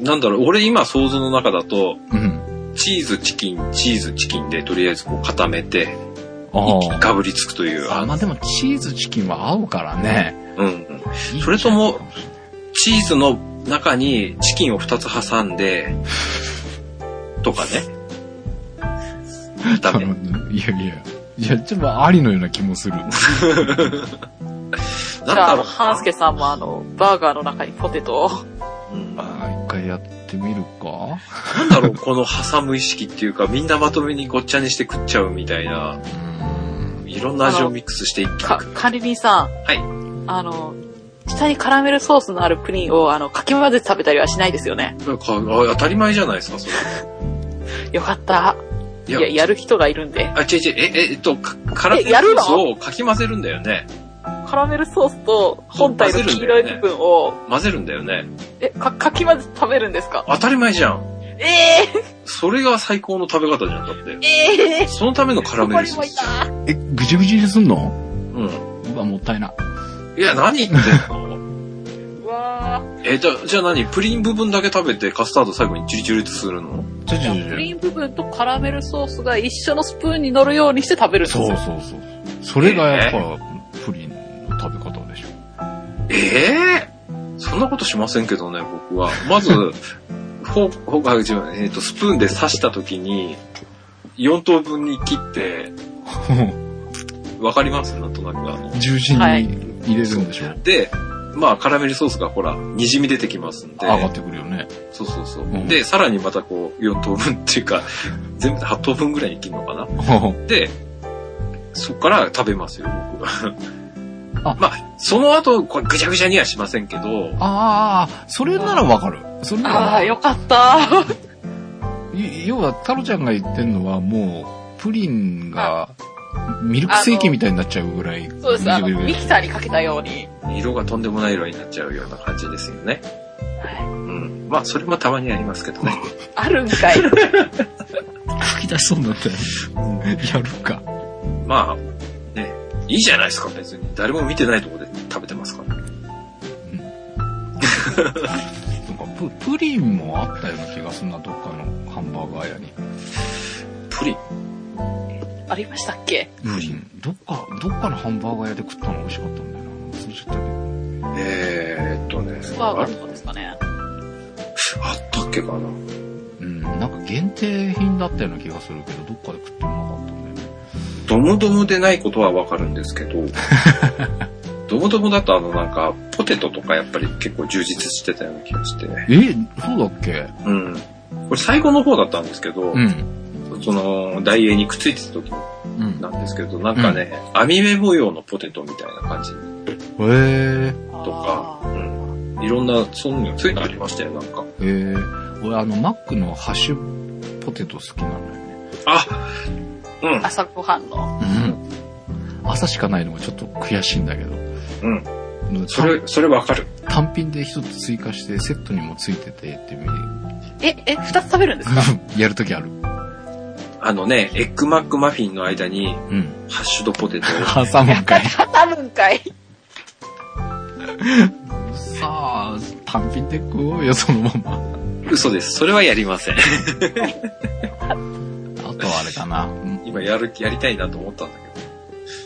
[SPEAKER 2] なんだろう、俺今想像の中だと、
[SPEAKER 3] うん。
[SPEAKER 2] チーズ、チキン、チーズ、チキンでとりあえずこう固めて、
[SPEAKER 3] あー
[SPEAKER 2] かぶりつくという。
[SPEAKER 3] あ、まあでもチーズチキンは合うからね。
[SPEAKER 2] うん。それとも、チーズの中にチキンを2つ挟んで、とかね。ダ
[SPEAKER 3] 多
[SPEAKER 2] メ。
[SPEAKER 3] 分、いやいや。いや、ちょっとありのような気もす る。
[SPEAKER 2] なん
[SPEAKER 4] じゃあ、
[SPEAKER 2] だ
[SPEAKER 4] あ
[SPEAKER 2] ろ
[SPEAKER 4] の、
[SPEAKER 2] う。
[SPEAKER 4] ハンスケさんもあの、バーガーの中にポテトを。
[SPEAKER 2] うんな
[SPEAKER 3] あー一回やってみるか。
[SPEAKER 2] んだろう、この挟む意識っていうか、みんなまとめにごっちゃにして食っちゃうみたいな、
[SPEAKER 3] うーん。
[SPEAKER 2] いろんな味をミックスしていく。
[SPEAKER 4] か、管理人さん。
[SPEAKER 2] はい
[SPEAKER 4] あの、下にカラメルソースのあるプリンを、あの、かき混ぜて食べたりはしないですよね。
[SPEAKER 2] なんかあ当たり前じゃないですか、それ。
[SPEAKER 4] よかった。いや、やる人がいるんで。
[SPEAKER 2] あ、違う違う、え、ええっと、か辛
[SPEAKER 4] えやるの
[SPEAKER 2] ソースをかき混ぜるんだよね。
[SPEAKER 4] カラメルソースと本体の黄色い部分を、
[SPEAKER 2] 混ぜるんだよね。
[SPEAKER 4] え、か、かき混ぜて食べるんですか
[SPEAKER 2] 当たり前じゃん。
[SPEAKER 4] ええ
[SPEAKER 2] それが最高の食べ方じゃん、だって。
[SPEAKER 4] ええ
[SPEAKER 2] そのためのカラメルソー
[SPEAKER 4] い
[SPEAKER 2] スじゃん。
[SPEAKER 4] た。
[SPEAKER 3] え、ぐじゅぐじゅにすんの
[SPEAKER 2] うん。
[SPEAKER 3] うわ、もったいない。
[SPEAKER 2] いや、何言ってんの
[SPEAKER 4] うわ
[SPEAKER 2] え、じゃあ、じゃあ何プリン部分だけ食べてカスタード最後にチュリチュリってするの
[SPEAKER 3] ちょちょ
[SPEAKER 4] ープリ
[SPEAKER 3] ち
[SPEAKER 4] ン部分とカラメルソースが一緒のスプーンに乗るようにして食べ
[SPEAKER 3] ょ。
[SPEAKER 4] るんです
[SPEAKER 3] そう
[SPEAKER 4] よ。
[SPEAKER 3] そうそう。それがやっぱ、プリンの食べ方でしょ。
[SPEAKER 2] ええそんなことしませんけどね、僕は。まず、 ほ、ほ、あ、違う、えっ、と、スプーンで刺した時に、4等分に切って、わかりますなんとなくあの。
[SPEAKER 3] 重心に
[SPEAKER 4] はい
[SPEAKER 3] 入れるんでしょ。
[SPEAKER 2] で、まあ、カラメルソースがほら、にじみ出てきますんで。
[SPEAKER 3] 上がってくるよね。
[SPEAKER 2] そうそうそう。
[SPEAKER 3] うん
[SPEAKER 2] で、さらにまたこう、4等分っていうか、全部で8等分ぐらいに切るのかなで、そっから食べますよ、僕は。
[SPEAKER 3] あ
[SPEAKER 2] まあ、その後、これぐちゃぐちゃにはしませんけど、
[SPEAKER 3] ああ、それならわかる。それならわ
[SPEAKER 4] あ
[SPEAKER 3] か
[SPEAKER 4] あ、
[SPEAKER 3] る
[SPEAKER 4] よかった。
[SPEAKER 3] い要は、タロちゃんが言ってんのは、もう、プリンが、ミルクセーキみたいになっちゃうぐらい。
[SPEAKER 4] そうです。あの、
[SPEAKER 3] ぐじゅぐ
[SPEAKER 4] ミ
[SPEAKER 3] じゅ
[SPEAKER 4] キサーにかけたように。
[SPEAKER 2] 色がとんでもない色になっちゃうような感じですよね。
[SPEAKER 4] はい
[SPEAKER 2] うん。まあ、それもたまにありますけどね。
[SPEAKER 4] あるん かい。
[SPEAKER 3] 吹き出しそうになったよ。やるか。
[SPEAKER 2] まあ、ね、いいじゃないですか、別に。誰も見てないところで食べてますから。
[SPEAKER 3] なんかプ、プリンもあったような気がするな、どっかのハンバーガー屋に。
[SPEAKER 2] プリン。
[SPEAKER 4] ありましたっけ
[SPEAKER 3] プリンどっか、どっかのハンバーガー屋で食ったの美味しかったんだよな。忘れちゃったけど。
[SPEAKER 2] えー、っとね、
[SPEAKER 4] バー
[SPEAKER 2] あ
[SPEAKER 4] ガ
[SPEAKER 2] れ
[SPEAKER 4] ーとかですかね。
[SPEAKER 2] あったっけかな。
[SPEAKER 3] うん、なんか限定品だったような気がするけど、どっかで食ってもなかったんだよね。
[SPEAKER 2] ドムドムでないことはわかるんですけ ど、ドムドムだとあのなんか、ポテトとかやっぱり結構充実してたような気がしてね。
[SPEAKER 3] え、そうだっけ
[SPEAKER 2] うん。これ最後の方だったんですけど、
[SPEAKER 3] うん。
[SPEAKER 2] その、ダイエーにくっついてた時
[SPEAKER 3] うん。
[SPEAKER 2] なんですけど、なんかね、網目模様のポテトみたいな感じ
[SPEAKER 3] へえ。
[SPEAKER 4] と
[SPEAKER 2] とか、うん。いろんな、そういうの、そういうのありましたよ、なんか。
[SPEAKER 3] へえ。俺、あの、マックのハッシュポテト好きなのよね。
[SPEAKER 2] あうん。
[SPEAKER 4] 朝ごはんの。
[SPEAKER 3] うん。朝しかないのがちょっと悔しいんだけど。
[SPEAKER 2] うん
[SPEAKER 3] ん
[SPEAKER 2] それ、それわかる。
[SPEAKER 3] 単品で一つ追加して、セットにもついててってみ、
[SPEAKER 4] え、え、二つ食べるんですか
[SPEAKER 3] やるときある。
[SPEAKER 2] あのね、エッグマックマフィンの間に、
[SPEAKER 3] うん。
[SPEAKER 2] ハッシュドポ テトを
[SPEAKER 3] 挟むんかい。
[SPEAKER 4] あるんかい。
[SPEAKER 3] さあ、単品で食おうよ、そのまま。
[SPEAKER 2] 嘘です。それはやりません。
[SPEAKER 3] あとはあれかな。うん
[SPEAKER 2] 今やる気、やりたいなと思ったんだけ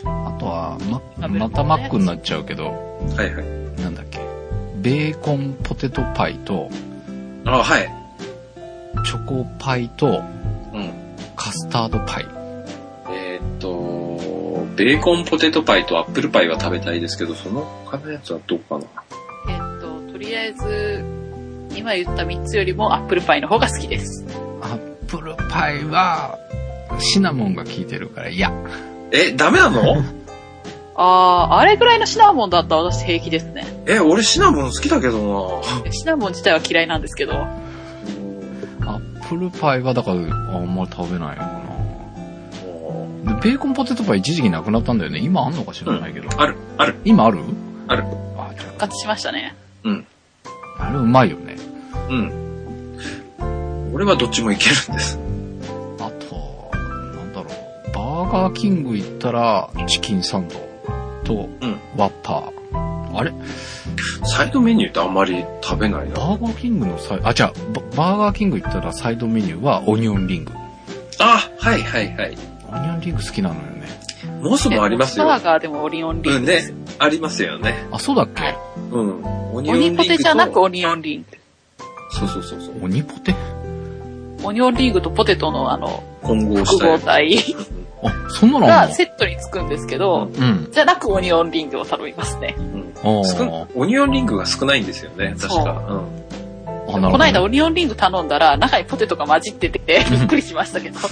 [SPEAKER 3] あとは、ま、
[SPEAKER 4] べる
[SPEAKER 3] またマックになっちゃうけど、
[SPEAKER 2] ど。はいはい。
[SPEAKER 3] なんだっけ。ベーコンポテトパイと、
[SPEAKER 2] あ、はい。
[SPEAKER 3] チョコパイと、
[SPEAKER 2] うん。
[SPEAKER 3] カスタードパイ。
[SPEAKER 2] えーっと、ベーコンポテトパイとアップルパイは食べたいですけど、その他のやつはどうかな。
[SPEAKER 4] えっと、とりあえず、今言った3つよりもアップルパイの方が好きです。
[SPEAKER 3] アップルパイは、シナモンが効いてるから、いや。
[SPEAKER 2] え、ダメな の
[SPEAKER 4] あー、あれぐらいのシナモンだったら私平気ですね。
[SPEAKER 2] え、俺シナモン好きだけどな
[SPEAKER 4] シナモン自体は嫌いなんですけど。
[SPEAKER 3] アップルパイは、だから、あんまり食べないのか
[SPEAKER 2] も
[SPEAKER 3] な。で、ベーコンポテトパイ一時期なくなったんだよね。今あんのか知らないけど。
[SPEAKER 2] うある、ある、
[SPEAKER 3] 今ある
[SPEAKER 2] ある。
[SPEAKER 3] あ、じゃ
[SPEAKER 4] 復活しましたね。
[SPEAKER 3] あ、あれうまいよね。
[SPEAKER 2] うん。俺はどっちもいけるんです。
[SPEAKER 3] あと、なんだろう。バーガーキング行ったら、チキンサンドと
[SPEAKER 2] うん、
[SPEAKER 3] ワッパー。あれ
[SPEAKER 2] サイドメニューってあんまり食べないな。
[SPEAKER 3] バーガーキングのサイ、あ、じゃあ、ババーガーキング行ったらサイドメニューはオニオンリング。
[SPEAKER 2] あ、はいはいはい。
[SPEAKER 3] オニオンリング好きなのよね。
[SPEAKER 2] モスもあります
[SPEAKER 4] バ
[SPEAKER 2] よ
[SPEAKER 4] ー。ガーでもオニオンリン
[SPEAKER 2] う
[SPEAKER 4] グ
[SPEAKER 2] ん
[SPEAKER 4] で
[SPEAKER 2] ね
[SPEAKER 4] す。。
[SPEAKER 2] ありますよね。
[SPEAKER 3] あ、そうだっけ、
[SPEAKER 4] はい
[SPEAKER 2] うん。オニオンリン
[SPEAKER 4] オニ
[SPEAKER 2] グと
[SPEAKER 4] ポテじゃなくオニオンリン
[SPEAKER 2] そうそうそうそう。
[SPEAKER 3] 鬼ポテ
[SPEAKER 4] グ。オニオンリングとポテトのあの、
[SPEAKER 2] 混合し
[SPEAKER 4] 複
[SPEAKER 2] たや
[SPEAKER 4] 合
[SPEAKER 2] つ
[SPEAKER 4] 体
[SPEAKER 3] あ、そんなのあん
[SPEAKER 4] が
[SPEAKER 3] の
[SPEAKER 4] セットにつくんですけど、
[SPEAKER 3] うん。
[SPEAKER 4] じゃなくオニオンリングを頼みますね。
[SPEAKER 3] あ
[SPEAKER 2] 少
[SPEAKER 3] ー
[SPEAKER 2] なオニオンリングが少ないんですよね、確
[SPEAKER 4] そう
[SPEAKER 2] か。
[SPEAKER 3] あ、
[SPEAKER 4] この
[SPEAKER 3] なる
[SPEAKER 4] 間
[SPEAKER 3] ほ
[SPEAKER 4] オニオンリング頼んだら中にポテトが混じ ってて、びっくりしましたけど、
[SPEAKER 3] ど。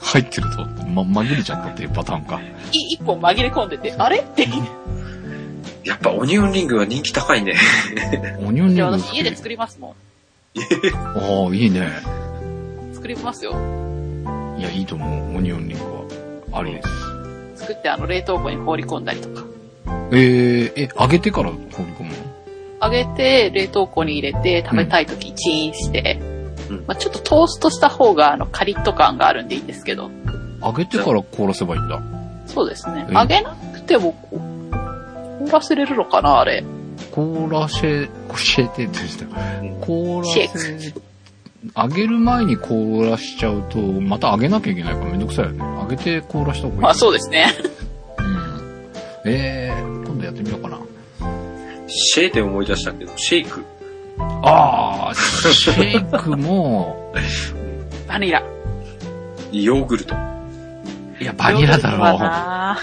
[SPEAKER 3] 入ってると、ま、紛れちゃったっていうパター ンか。
[SPEAKER 4] い一本紛れ込んでて、あれって。
[SPEAKER 2] うん。 やっぱオニオンリングは人気高いね。
[SPEAKER 3] オニオン
[SPEAKER 4] で、
[SPEAKER 3] リング好
[SPEAKER 4] 私
[SPEAKER 3] き。
[SPEAKER 4] 家で作りますも
[SPEAKER 3] ああ、いいね。
[SPEAKER 4] ん。作りますよ。
[SPEAKER 3] いや、いいと思う。オニオンリングは。ありです。
[SPEAKER 4] 作ってあの冷凍庫に放り込んだりとか。
[SPEAKER 3] えー、え、揚げてから放り込むの
[SPEAKER 4] 揚げて、冷凍庫に入れて、食べたい時にチーンして、
[SPEAKER 2] うん
[SPEAKER 4] まあ、ちょっとトーストした方が、あの、カリッと感があるんでいいんですけど、
[SPEAKER 3] 揚げてから凍らせばいいんだ。
[SPEAKER 4] そうですね。
[SPEAKER 3] うん
[SPEAKER 4] 揚げなくても、こう、凍らせれるのかな、あれ。
[SPEAKER 3] 凍らせ、こしえてってした。凍ら
[SPEAKER 4] シェイ
[SPEAKER 3] せ、揚げる前に凍らしちゃうと、また揚げなきゃいけないからめんどくさいよね。揚げて凍らした方がいい。
[SPEAKER 4] まあ、そうですね。
[SPEAKER 3] うん。えー、今度やってみようかな。
[SPEAKER 2] シェイで思い出したけど、シェイク。
[SPEAKER 3] ああ、シェイクも、
[SPEAKER 4] バニラ。
[SPEAKER 2] ヨーグルト。
[SPEAKER 3] いや、バニラだ
[SPEAKER 4] ヨーグ
[SPEAKER 3] ろ
[SPEAKER 4] ルトかな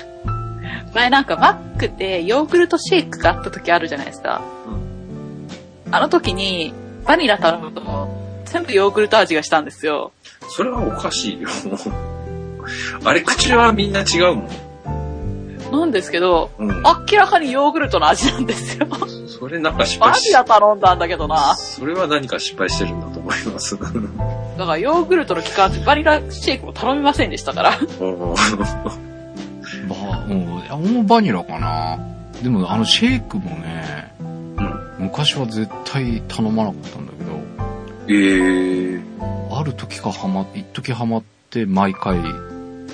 [SPEAKER 4] 前なんか、マックでヨーグルトシェイクがあった時あるじゃないですか。
[SPEAKER 2] う
[SPEAKER 4] あの時に、バニラ頼むと、全部ヨーグルト味がしたんですよ。
[SPEAKER 2] それはおかしいよ。 あれ、口はみんな違うもん。
[SPEAKER 4] なんですけど、
[SPEAKER 2] うん。
[SPEAKER 4] 明らかにヨーグルトの味なんですよ。
[SPEAKER 2] それなんか失
[SPEAKER 4] バ
[SPEAKER 2] 敗
[SPEAKER 4] ニラ頼んだんだけどな。
[SPEAKER 2] それは何か失敗してるんだと思います。うん
[SPEAKER 4] だからヨーグルトの期間中バニラシェイクも頼みませんでしたから。
[SPEAKER 3] う。ばうん、いやもうバニラかな。でも、あの、シェイクもね、
[SPEAKER 2] ん
[SPEAKER 3] 昔は絶対頼まなかったんだけど、
[SPEAKER 2] えー、
[SPEAKER 3] ある時かハマ、一時ハマって毎回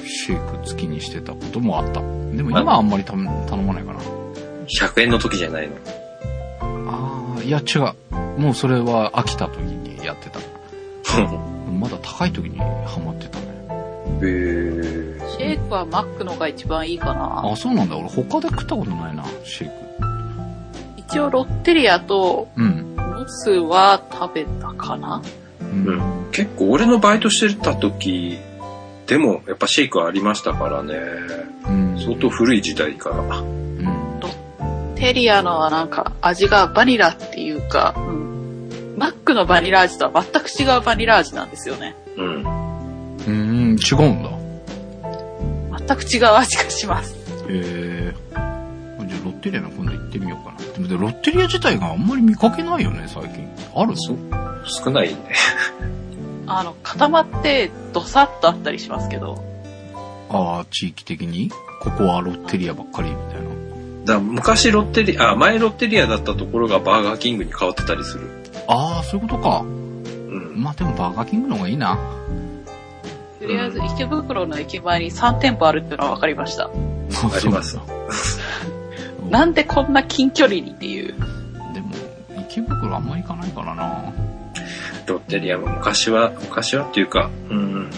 [SPEAKER 3] シェイク付きにしてたこともあった。でも今はあんまりた頼まないかな。
[SPEAKER 2] 100円の時じゃないの。
[SPEAKER 3] ああ、いや違う。もうそれは飽きた時にやってた。まだ高い時にハマってたね。
[SPEAKER 2] えー、
[SPEAKER 4] シェイクはマックのが一番いいかな。
[SPEAKER 3] あ、そうなんだ。俺他で食ったことないな、シェイク。
[SPEAKER 4] 一応ロッテリアと
[SPEAKER 3] うん。
[SPEAKER 4] モスは食べたかな。
[SPEAKER 3] うん。
[SPEAKER 2] うん結構俺のバイトしてた時、でもやっぱシェイクはありましたからね。
[SPEAKER 3] うん。
[SPEAKER 2] 相当古い時代から。
[SPEAKER 3] うん。
[SPEAKER 4] テリアのはなんか味がバニラっていうか、うん、マックのバニラ味とは全く違うバニラ味なんですよね。
[SPEAKER 2] うん。
[SPEAKER 3] うん、違うんだ。
[SPEAKER 4] 全く違う味がします。
[SPEAKER 3] えー。じゃあロッテリアの今度行ってみようかな。でもでロッテリア自体があんまり見かけないよね、最近。ある
[SPEAKER 2] そう少ないね。
[SPEAKER 4] あの、固まってドサッとあったりしますけど、
[SPEAKER 3] ああ、地域的にここはロッテリアばっかりみたいな。
[SPEAKER 2] だから昔ロッテリア、あ、前ロッテリアだったところがバーガーキングに変わってたりする。
[SPEAKER 3] ああ、そういうことか。
[SPEAKER 2] うん。
[SPEAKER 3] まあでもバーガーキングの方がいいな。
[SPEAKER 4] とりあえず池袋の駅前に3店舗あるっていうのは分かりました。
[SPEAKER 2] あり ます。
[SPEAKER 4] なんでこんな近距離にっていう。
[SPEAKER 3] でも、池袋あんまり行かないからな。
[SPEAKER 2] ロッテリアも昔は、昔はっていうか、うん。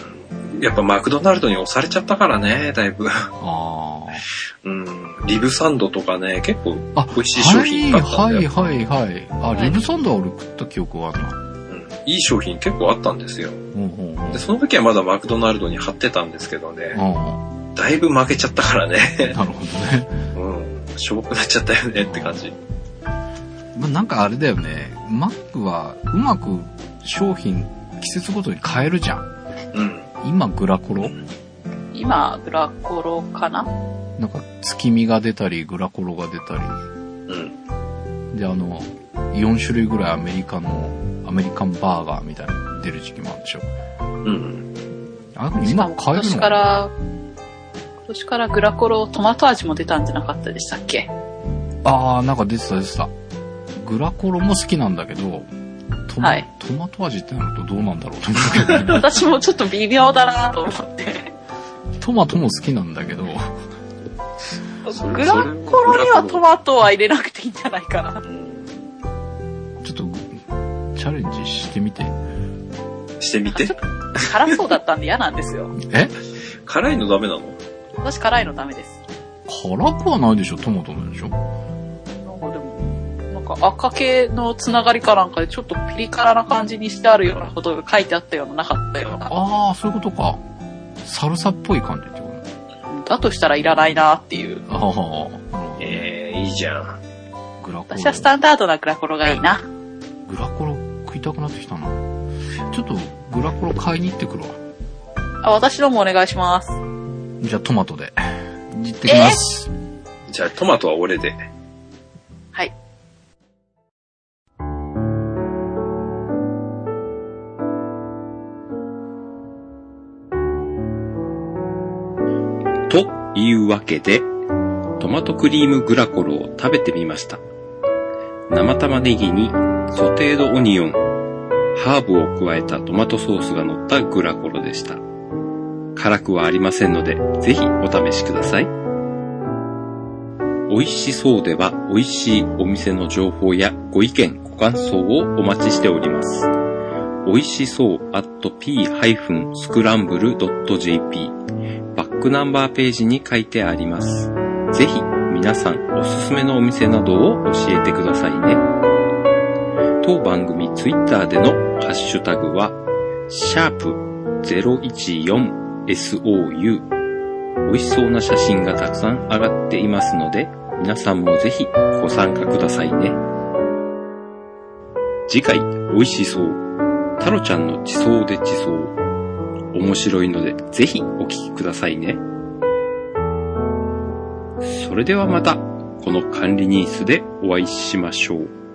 [SPEAKER 2] やっぱマクドナルドに押されちゃったからね、だいぶ。
[SPEAKER 3] ああ。
[SPEAKER 2] うん。リブサンドとかね、結構
[SPEAKER 3] あ
[SPEAKER 2] 美味しい商品だった
[SPEAKER 3] は
[SPEAKER 2] ん
[SPEAKER 3] い
[SPEAKER 2] だ
[SPEAKER 3] はい
[SPEAKER 2] よ。
[SPEAKER 3] はいはい。あ、
[SPEAKER 4] はい
[SPEAKER 3] リブサンドは俺食った記憶があるな。
[SPEAKER 2] うんいい商品結構あったんですよ。
[SPEAKER 3] うんうんうん。
[SPEAKER 2] で、その時はまだマクドナルドに貼ってたんですけど
[SPEAKER 3] うん
[SPEAKER 2] ね、だいぶ負けちゃったからね。
[SPEAKER 3] なるほどね。
[SPEAKER 2] うん。しょぼくなっちゃったよねって感じ。
[SPEAKER 3] まあ、なんかあれだよね。マックはうまく商品季節ごとに変えるじゃん。
[SPEAKER 2] うん。
[SPEAKER 3] 今グラコロ
[SPEAKER 4] 今、グラコロかな
[SPEAKER 3] なんか月見が出たり、グラコロが出たり。
[SPEAKER 2] うん。
[SPEAKER 3] で、あの、4種類ぐらいアメリカの、アメリカンバーガーみたいなの出る時期もあるでしょ。
[SPEAKER 2] うん。
[SPEAKER 3] あ、でも
[SPEAKER 4] しか
[SPEAKER 3] 今
[SPEAKER 4] も
[SPEAKER 3] 買
[SPEAKER 4] 今
[SPEAKER 3] える
[SPEAKER 4] 年
[SPEAKER 3] の
[SPEAKER 4] から、今年からグラコロトマト味も出たんじゃなかったでしたっけ
[SPEAKER 3] ああ、なんか出てた出てた。グラコロも好きなんだけど、トマ,、
[SPEAKER 4] はい
[SPEAKER 3] トマト味ってなるとどうなんだろうと思うけど ね、
[SPEAKER 4] 私もちょっと微妙だなと思って。
[SPEAKER 3] トマトも好きなんだけど、
[SPEAKER 2] それ
[SPEAKER 4] グラコロにはトマトは入れなくていいんじゃないかな。
[SPEAKER 2] うん
[SPEAKER 3] ちょっと、チャレンジしてみて。
[SPEAKER 2] してみて。
[SPEAKER 4] 辛そうだったんで嫌なんですよ。
[SPEAKER 3] え
[SPEAKER 5] 辛いのダメなの
[SPEAKER 4] 私辛いのダメです。
[SPEAKER 3] 辛くはないでしょ、トマトのでしょ。
[SPEAKER 4] なんかでも、なんか赤系のつながりかなんかでちょっとピリ辛な感じにしてあるようなことが書いてあったような、なかったような。
[SPEAKER 3] ああ、そういうことか。サルサっぽい感じってこと
[SPEAKER 4] だとしたらいらないなっていう。
[SPEAKER 3] ああ、
[SPEAKER 5] ええいいじゃん。
[SPEAKER 3] グラコロ。
[SPEAKER 4] 私はスタンダードなグラコロがいいな。
[SPEAKER 3] グラコロ食いたくなってきたな。ちょっとグラコロ買いに行ってくるわ。
[SPEAKER 4] あ、私のもお願いします。
[SPEAKER 3] じゃあトマトで。 行ってきます。
[SPEAKER 5] じゃあトマトは俺で。
[SPEAKER 4] はい。
[SPEAKER 2] というわけで、トマトクリームグラコロを食べてみました。生玉ねぎにソテードオニオン、ハーブを加えたトマトソースが乗ったグラコロでした。辛くはありませんので、ぜひお試しください。美味しそうでは美味しいお店の情報やご意見、ご感想をお待ちしております。美味しそう at p-scramble.jp バックナンバーページに書いてあります。ぜひ皆さんおすすめのお店などを教えてくださいね。当番組ツイッターでのハッシュタグは、シャープ 014SOU。美味しそうな写真がたくさん上がっていますので、皆さんもぜひご参加くださいね。次回、美味しそう。タロちゃんの地層で地層。面白いので、ぜひお聞きくださいね。それではまた、この管理ニースでお会いしましょう。